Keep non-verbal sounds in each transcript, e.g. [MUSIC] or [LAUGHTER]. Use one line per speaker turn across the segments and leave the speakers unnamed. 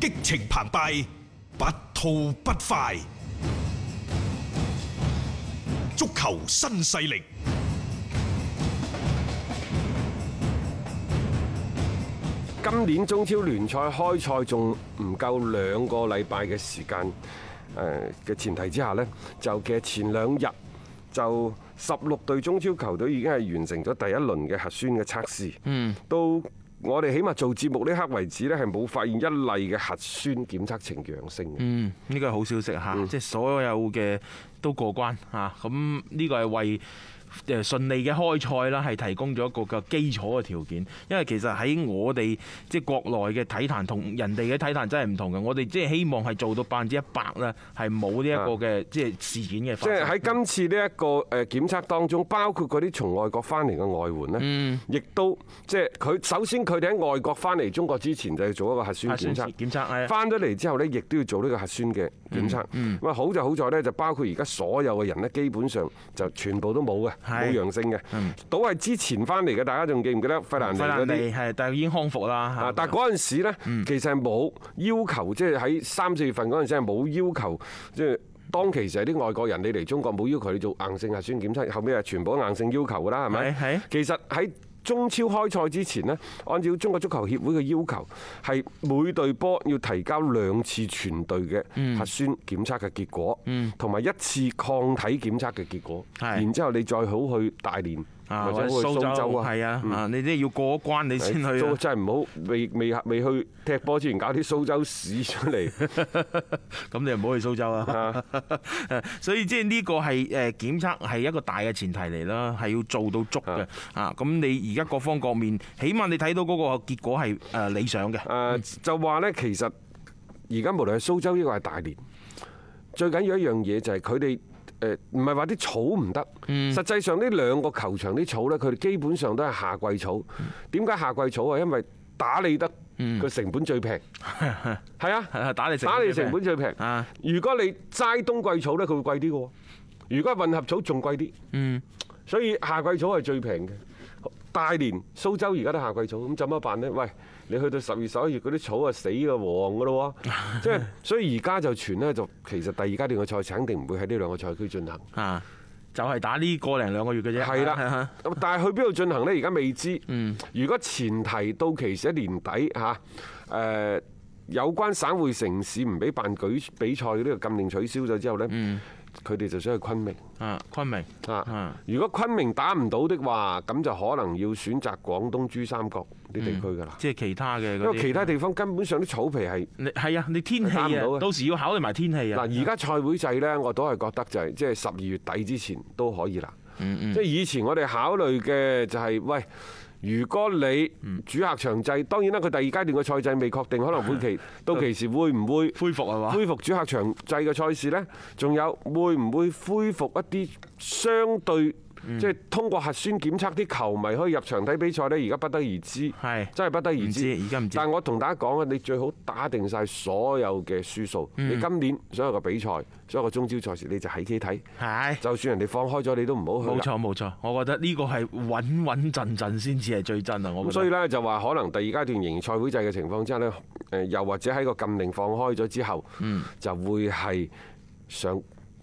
激情澎湃，不吐不快。足球新勢力，
今年中超聯賽開賽仲唔夠兩個禮拜嘅時間，誒嘅前提之下呢，就其實前兩日就十六隊中超球隊已經係完成咗第一輪嘅核酸嘅測試，嗯，到我哋起碼做節目呢刻為止呢，係冇發現一例嘅核酸檢測呈陽性嘅。
嗯，呢個係好消息嚇，
嗯
即係所有嘅都過關嚇，咁呢個係為誒順利嘅開賽啦，係提供咗一個嘅基礎嘅條件。因為其實喺我哋即係國內嘅體壇同人哋嘅體壇真係唔同嘅，我哋即係希望係做到百分之一百咧，係冇呢一個嘅即係事件嘅發
啊即
生。
係喺今次呢一個誒檢測當中，包括嗰啲從外國翻嚟嘅外援呢，
嗯
亦、都即係佢首先佢哋喺外國翻嚟中國之前就要做一個核酸檢測，
檢測係啊嗯
翻咗嚟之後呢，亦都要做呢個核酸嘅檢測。咁啊、好就好在呢，就包括而家所有嘅人呢，基本上就全部都冇嘅，冇
係嗯
陽性嘅。倒係之前翻嚟嘅，大家仲記唔記得費蘭尼
費
嗰
蘭
啲？
尼係，但係已經康復啦
啊
嚇！。嗯
但係嗰陣時咧，其實係冇要求，即係喺三四月份嗰陣時係冇要求，即係。當其時係啲外國人，你嚟中國冇要求你做硬性核酸檢測，後尾係全部都硬性要求㗎啦，係咪？
係係
其實喺中超開賽之前呢，按照中國足球協會嘅要求，係每隊波要提交兩次全隊嘅
嗯
核酸檢測嘅結果，同埋一次抗體檢測嘅結果，
係
然之後你再好去大連
啊，
或
或
者
者
好去
蘇
蘇州
州
啊，
係啊，
嗯
啊，你都要過咗關你先去啊
都真係唔好未未未去踢波之前搞啲蘇州屎出嚟，
[LAUGHS] 咁你唔好去蘇州啊！ [LAUGHS] 所以即係呢個係誒檢測係一個大嘅前提嚟啦，係要做到足嘅啊！咁你而家各方各面，起碼你睇到嗰個結果係誒理想嘅。
誒啊就話呢，其實而家無論係蘇州抑或係大連，最緊要一樣嘢就係佢哋。誒唔係話啲草唔得，
嗯
實際上呢兩個球場啲草呢，佢哋基本上都係夏季草。
嗯
點解夏季草啊？因為打理得個成本
[LAUGHS]
最平，係啊，
係係打理成本
打理
最平
成本最平。
啊
如果你齋冬季草呢，佢會貴啲嘅喎。如果係混合草仲貴啲。
嗯，
所以夏季草係最平嘅。大連、蘇州而家都夏季草，咁怎麼辦呢？喂，你去到十月、十一月嗰啲草啊死嘅黃嘅咯喎，即係所以而家就傳呢，就其實第二階段嘅賽事肯定唔會喺呢兩個賽區進行。
啊，就係打呢個零兩個月嘅啫。
係
[LAUGHS]
啦，咁但係去邊度進行呢？而家未知。
嗯
如果前提到期時喺年底嚇，誒有關省會城市唔俾辦舉比賽呢個禁令取消咗之後呢，佢哋就想去昆明。
啊，昆明
啊
嗯啊！
如果昆明打唔到的話，咁就可能要選擇廣東珠三角啲地區㗎啦。
即係其他嘅
因
嗯
為
嗰啲。嗯
其他地方根本上啲草皮係
你係啊，你天氣
打唔到
啊
嘅，
到時要考慮埋天氣啊。
嗱，而家賽會制呢，我都係覺得就係即係十二月底之前都可以啦。即係以前我哋考慮嘅就係、喂。如果你主客場制，當然啦，佢第二階段嘅賽制未確定，可能會期到期時會唔會
恢復係嘛
恢復主客場制嘅賽事呢，仲有會唔會恢復一啲相對
嗯
即係通過核酸檢測啲球迷可以入場睇比賽呢？而家不得而知，
係
真係不得而知
唔知。而家唔知
但係我同大家講啊，你最好打定晒所有嘅輸數。
嗯
你今年所有嘅比賽，所有嘅中超賽事，你就喺機睇。
係。
就算人哋放開咗，你都唔好去
冇
啦。
錯冇錯，我覺得呢個係穩穩陣陣先至係最真啊！我覺
咁
得。
所以呢，就話可能第二階段型賽會制嘅情況之下呢，誒又或者喺個禁令放開咗之後，
嗯
就會係上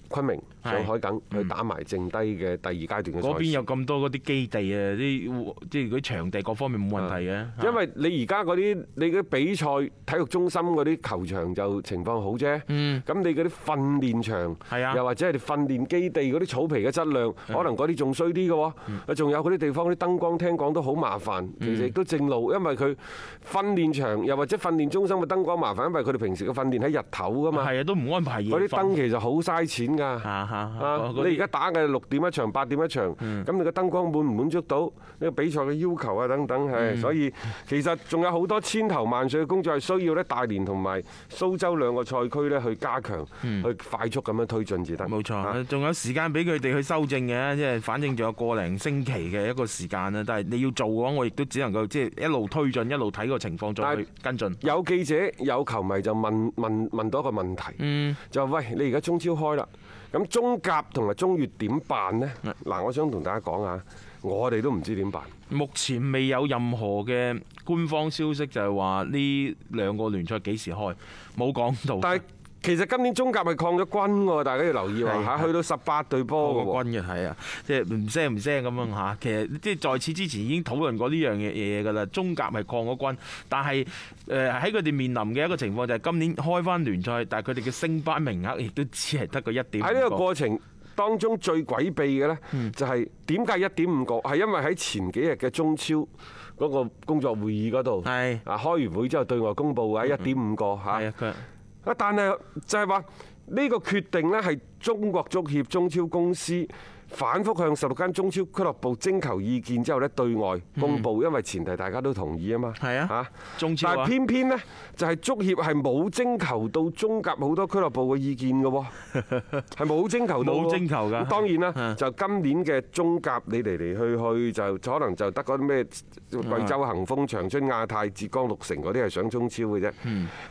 昆明、
係嗯
上海等去打埋剩低嘅第二階段嘅
嗰
賽
邊
事。
有咁多嗰啲基地啊，啲即係嗰啲場地各方面冇問題嘅。啊
因為你而家嗰啲你嘅比賽體育中心嗰啲球場就情況好啫，咁你嗰啲訓練
嗯係啊嗯
場，又或者係訓練基地嗰啲草皮嘅質量，可能嗰啲仲衰啲嘅喎。仲有嗰啲地方嗰啲燈光，聽講都好麻煩，其
嗯
實亦都正路，因為佢訓練場又或者訓練中心嘅燈光麻煩，因為佢哋平時嘅訓練喺日頭㗎嘛，
係啊，都唔安排夜
嗰啲燈
瞓。
其實好嘥錢㗎。
嚇嚇
啊！你而家打嘅六點一場、八點一場，
嗯
咁你個燈光滿唔滿足到呢個比賽嘅要求啊？等等
嗯
係，所以其實仲有好多千頭萬緒嘅工作係需要咧，大連同埋蘇州兩個賽區咧去加強，去快速咁樣推進至得。
嗯冇
啊
錯，仲有時間俾佢哋去修正嘅，即係反正仲有個零星期嘅一個時間啦。但係你要做嘅話，我亦都只能夠即係一路推進，一路睇個情況再去跟進。
有記者有球迷就問問問到一個問
嗯
題，就話喂，你而家
嗯
中超開啦，咁中甲同埋中乙點辦呢？嗱，我想同大家講下，啊我哋都唔知點辦。
目前未有任何嘅官方消息就係話呢兩個聯賽幾時開，冇講到。
但係其實今年中甲係抗咗軍喎，大家要留意喎
係
嚇，去到十八隊波
個
嘅喎。
軍嘅係啊，即係唔聲唔聲咁樣嚇。其實即係在此之前已經討論過呢樣嘢嘢㗎啦。中甲係抗咗軍，但係誒喺佢哋面臨嘅一個情況就係今年開翻聯賽，但係佢哋嘅升班名額亦都只係得個一點。嗯
喺呢個過程當中最詭秘嘅呢，就係點解一點五個？係因為喺前幾日嘅中超嗰個工作會議嗰度，
係嗯
啊開完會之後對外公佈嘅一點五個嚇
係。啊，佢
啊，但係就係話呢個決定呢，係中國足協中超公司反覆向十六間中超俱樂部徵求意見之後呢，對外公佈，因為前提大家都同意啊嘛。
嗯係啊
嚇
中超啊
但係偏偏呢，就係足協係冇徵求到中甲好多俱樂部嘅意見嘅
[LAUGHS]
喎，係冇徵求到喎。
冇徵求㗎
咁當然啦，
係
就今年嘅中甲你嚟嚟去去就可能就得嗰啲咩貴州恒豐、長春亞泰、浙江綠城嗰啲係上中超嘅啫，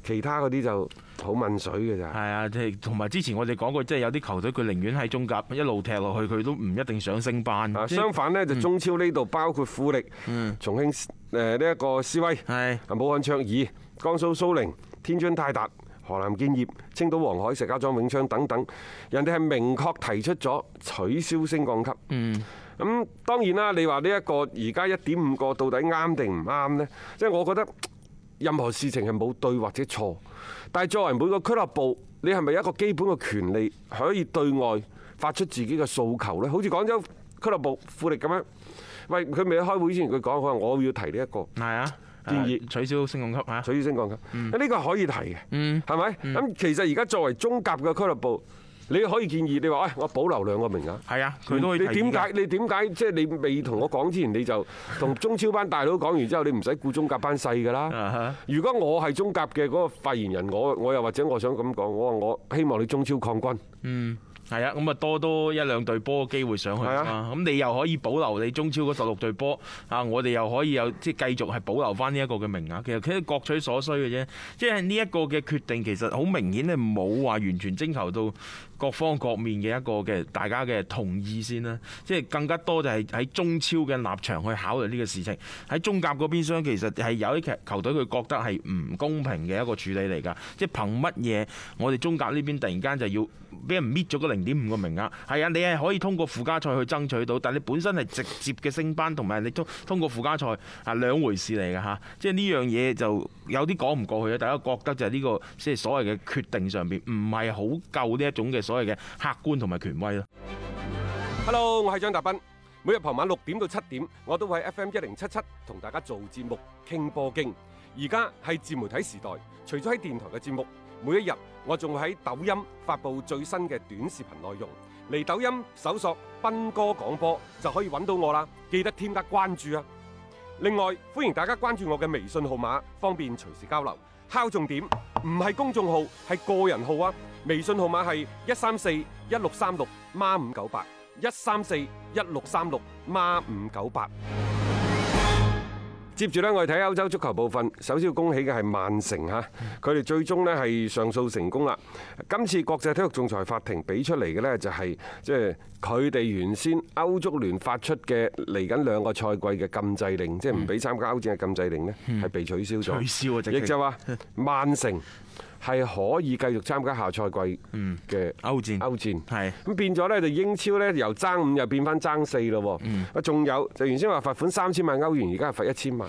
其他嗰啲就好問水嘅咋。
係啊，即係同埋之前我哋講過，即係有啲球隊佢寧願喺中甲一路踢落去，佢都唔一定想升班。
啊，
即
相反呢，就中超呢度包括富力、重慶誒呢一個斯威、
係
武漢卓爾、江蘇蘇寧、天津泰達、河南建業、青島黃海、石家莊永昌等等，人哋係明確提出咗取消升降級。嗯。咁當然啦，你話呢一個而家一點五個到底啱定唔啱呢？即係我覺得任何事情係冇對或者錯，但係作為每個俱樂部，你係咪有一個基本嘅權利可以對外發出自己嘅訴求呢？好似廣州俱樂部富力咁樣，喂，佢未開會之前佢講，佢話我要提呢、一個。
係啊，
建議
啊取消升降級啊。
取消升降級，呢個可以提嘅，係咪？咁其實而家作為中甲嘅俱樂部，你可以建議你話，喂，我保留兩個名額。
係啊，佢都可以
你
提議
點
㗎
解？你點解？即係你未同我講之前，你就同中超班大佬講完之後，你唔使顧中甲班細㗎
啊哈
啦。如果我係中甲嘅嗰個發言人，我我又或者我想咁講，我話我希望你中超抗軍。
嗯，係啊，咁啊多多一兩隊波嘅機會上去
係
啊，咁你又可以保留你中超嗰十六隊波啊，我哋又可以有即係繼續係保留翻呢一個嘅名額，其實佢各取所需嘅啫，即係呢一個嘅決定其實好明顯係冇話完全徵求到各方各面嘅一個嘅大家嘅同意先啦，即係更加多就係喺中超嘅立場去考慮呢個事情，喺中甲嗰邊廂其實係有啲球隊佢覺得係唔公平嘅一個處理嚟㗎，即係憑乜嘢我哋中甲呢邊突然間就要？俾人搣咗個零點五個名額，係啊，你係可以通過附加賽去爭取到，但係你本身係直接嘅升班，同埋你通通過附加賽啊兩回事嚟嘅嚇，即係呢樣嘢就有啲講唔過去啊！大家覺得就係呢個即係所謂嘅決定上邊唔係好夠呢一種嘅所謂嘅客觀同埋權威咯。
Hello，我係張達斌。每日傍晚六點到七點，我都會喺 FM 一零七七同大家做節目傾波經。而家係自媒體時代，除咗喺電台嘅節目，每一日我仲會喺抖音發布最新嘅短視頻內容。嚟抖音搜索斌哥廣播就可以揾到我啦，記得添加關注啊！另外，歡迎大家關注我嘅微信號碼，方便隨時交流。敲重點，唔係公眾號，係個人號啊！微信號碼係一三四一六三六孖五九八，一三四一六三六孖五九八。接住呢，我哋睇歐洲足球部分。首先要恭喜嘅係曼城嚇，佢哋最終呢係上訴成功啦。今次國際體育仲裁法庭俾出嚟嘅呢，就係即係佢哋原先歐足聯發出嘅嚟緊兩個賽季嘅禁制令，即係唔俾參加歐戰嘅禁制令呢，係被取消咗。
取消啊直情
亦就話曼城係可以繼續參加下賽季嘅
歐戰
歐戰。
係
咁變咗呢，就英超呢，由爭五又變翻爭四咯
嗯
喎。啊，仲有就原先話罰款三千萬歐元，而家係罰一千
[LAUGHS]
萬。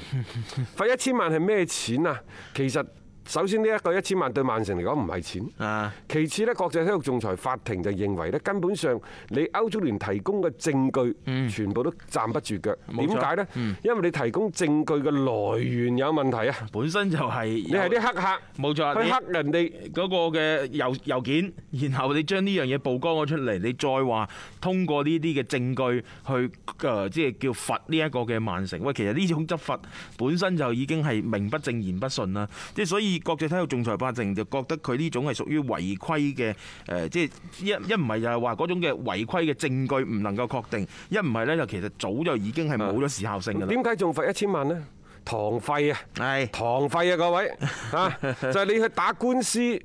罰一千萬係咩錢啊？其實首先呢一個一千萬對曼城嚟講唔係錢。
啊，
其次呢，國際體育仲裁法庭就認為呢，根本上你歐足聯提供嘅證據全部都站不住腳。
嗯冇錯嗯
點解呢？因為你提供證據嘅來源有問題啊！
本身就係
你係啲黑客。
冇錯啊，
去
你
黑人哋
嗰個嘅郵郵件，然後你將呢樣嘢曝光咗出嚟，你再話通過呢啲嘅證據去誒、呃即係叫罰呢一個嘅曼城。喂，其實呢種執法本身就已經係名不正言不順啦。即係所以國際體育仲裁法庭就覺得佢呢種係屬於違規嘅誒、呃即係一一唔係就係話嗰種嘅違規嘅證據唔能夠確定，一唔係呢，就其實早就已經係冇咗時效性㗎啦。
點解仲罰一千萬呢？堂費啊！
係 [LAUGHS]
啊堂費啊，各位嚇，就係你去打官司，咁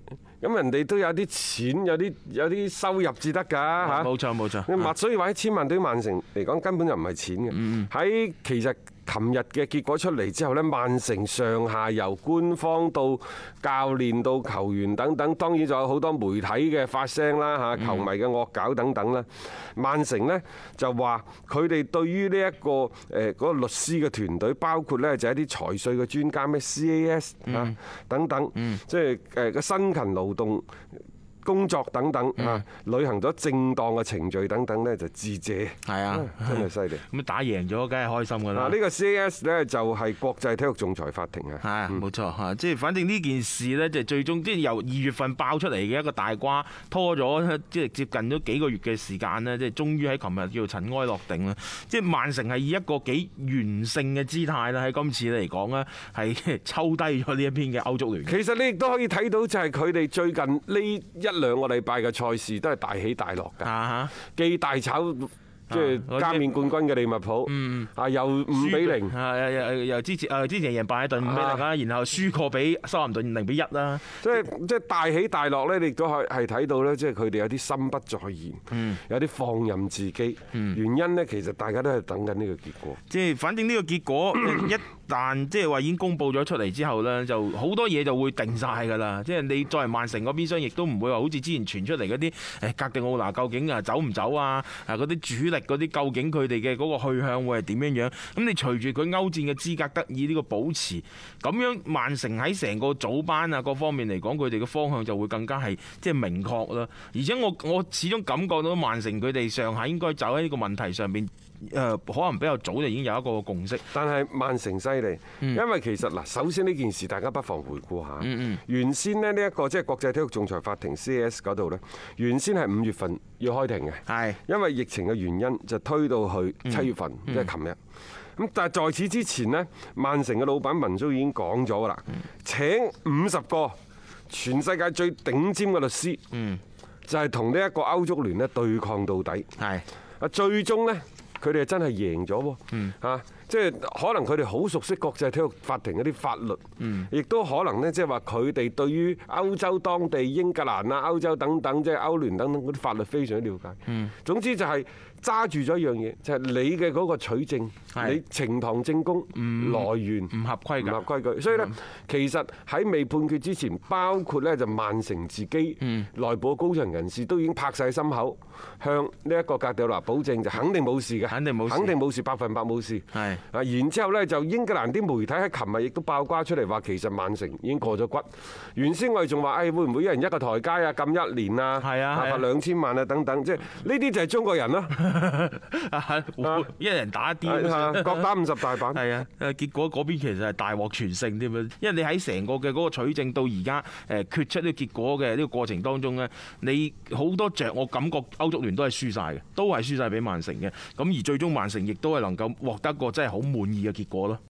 人哋都有啲錢，有啲有啲收入至得㗎嚇。
冇錯冇錯
你麥所以話一千萬對於曼城嚟講根本就唔係錢嘅。喺其實琴日嘅結果出嚟之後呢，曼城上下由官方到教練到球員等等，當然仲有好多媒體嘅發聲啦嚇，球迷嘅惡搞等等啦。曼城呢就話佢哋對於呢一個誒嗰個律師嘅團隊，包括呢就係一啲財稅嘅專家咩 CAS 啊等等，即係誒個辛勤勞動。工作等等
嗯
啊，履行咗正當嘅程序等等呢，就致謝。
係嗯啊
真係犀利。
咁打贏咗，梗係開心㗎
嗱，
啦
呢。個 CAS 呢，就係國際體育仲裁法庭啊。
係冇錯嚇，即係反正呢件事呢，就最終即係由二月份爆出嚟嘅一個大瓜，拖咗即係接近咗幾個月嘅時間呢，即係終於喺琴日叫做塵埃落定啦。即係曼城係以一個幾完勝嘅姿態啦，喺今次嚟講呢，係 [LAUGHS] 抽低咗呢一邊嘅歐足聯。
其實你亦都可以睇到，就係佢哋最近呢一兩個禮拜嘅賽事都係大起大落㗎，
啊
既大炒即係加冕冠軍嘅利物浦，啊又五比
嚇，
零啊
嗯輸，啊又又又之前誒之前贏拜頓五比零啦，然後輸過俾修咸頓零比一啦，
即係即係大起大落呢，你亦都係係睇到呢，即係佢哋有啲心不在
嗯
焉，有啲放任自己。原因呢，其實大家都係等緊呢個結果。
即係反正呢個結果一旦即係話已經公佈咗出嚟之後呢，就好多嘢就會定晒㗎啦。即係你作為曼城嗰邊商，亦都唔會話好似之前傳出嚟嗰啲誒格迪奧拿究竟啊走唔走啊？啊嗰啲主力嗰啲究竟佢哋嘅嗰個去向會係點樣樣？咁你隨住佢歐戰嘅資格得以呢個保持，咁樣曼城喺成個組班啊各方面嚟講，佢哋嘅方向就會更加係即係明確啦。而且我我始終感覺到曼城佢哋上下應該走喺呢個問題上邊。誒、可能比較早就已經有一個共識。
但係曼城犀利，因為其實嗱，首先呢件事大家不妨回顧下。原先呢，呢一個即係國際體育仲裁法庭 CAS 嗰度呢，原先係五月份要開庭嘅，
係
因為疫情嘅原因就推到去七月份，即係琴日。咁但係在此之前呢，曼城嘅老闆文蘇已經講咗㗎啦，請五十個全世界最頂尖嘅律師，就係同呢一個歐足聯呢對抗到底。
係
啊，最終呢，佢哋真係贏咗喎。
嗯
嚇即係可能佢哋好熟悉國際體育法庭嗰啲法律，
嗯
亦都可能呢，即係話佢哋對於歐洲當地英格蘭啊、歐洲等等，即係歐聯等等嗰啲法律非常了
嗯
解。總之就係揸住咗一樣嘢，就係你嘅嗰個取證，
係嗯
你呈堂證供來源
唔合規
唔合
㗎。
規矩，所以呢，其實喺未判決之前，包括呢就曼城自己內部嘅高層人士都已經拍晒心口，向呢一個格調拿保證就肯定冇事嘅，
肯定冇事
肯定冇事，百分百冇事。
係
啊，然之後呢，就英格蘭啲媒體喺琴日亦都爆瓜出嚟話，其實曼城已經過咗骨。原先我哋仲話，誒會唔會一人一個台階啊，禁一年啊，
係啊係啊
罰兩千萬啊等等，即係呢啲就係中國
[LAUGHS]
人啦，
[LAUGHS] 一人打一啲咁
啊
樣。
各打五十大板。
係啊，誒結果嗰邊其實係大獲全勝添啊，因為你喺成個嘅嗰個取證到而家誒決出呢個結果嘅呢個過程當中呢，你好多着我感覺歐足聯都係輸晒嘅，都係輸晒俾曼城嘅。咁而最終曼城亦都係能夠獲得一個真係好滿意嘅結果咯。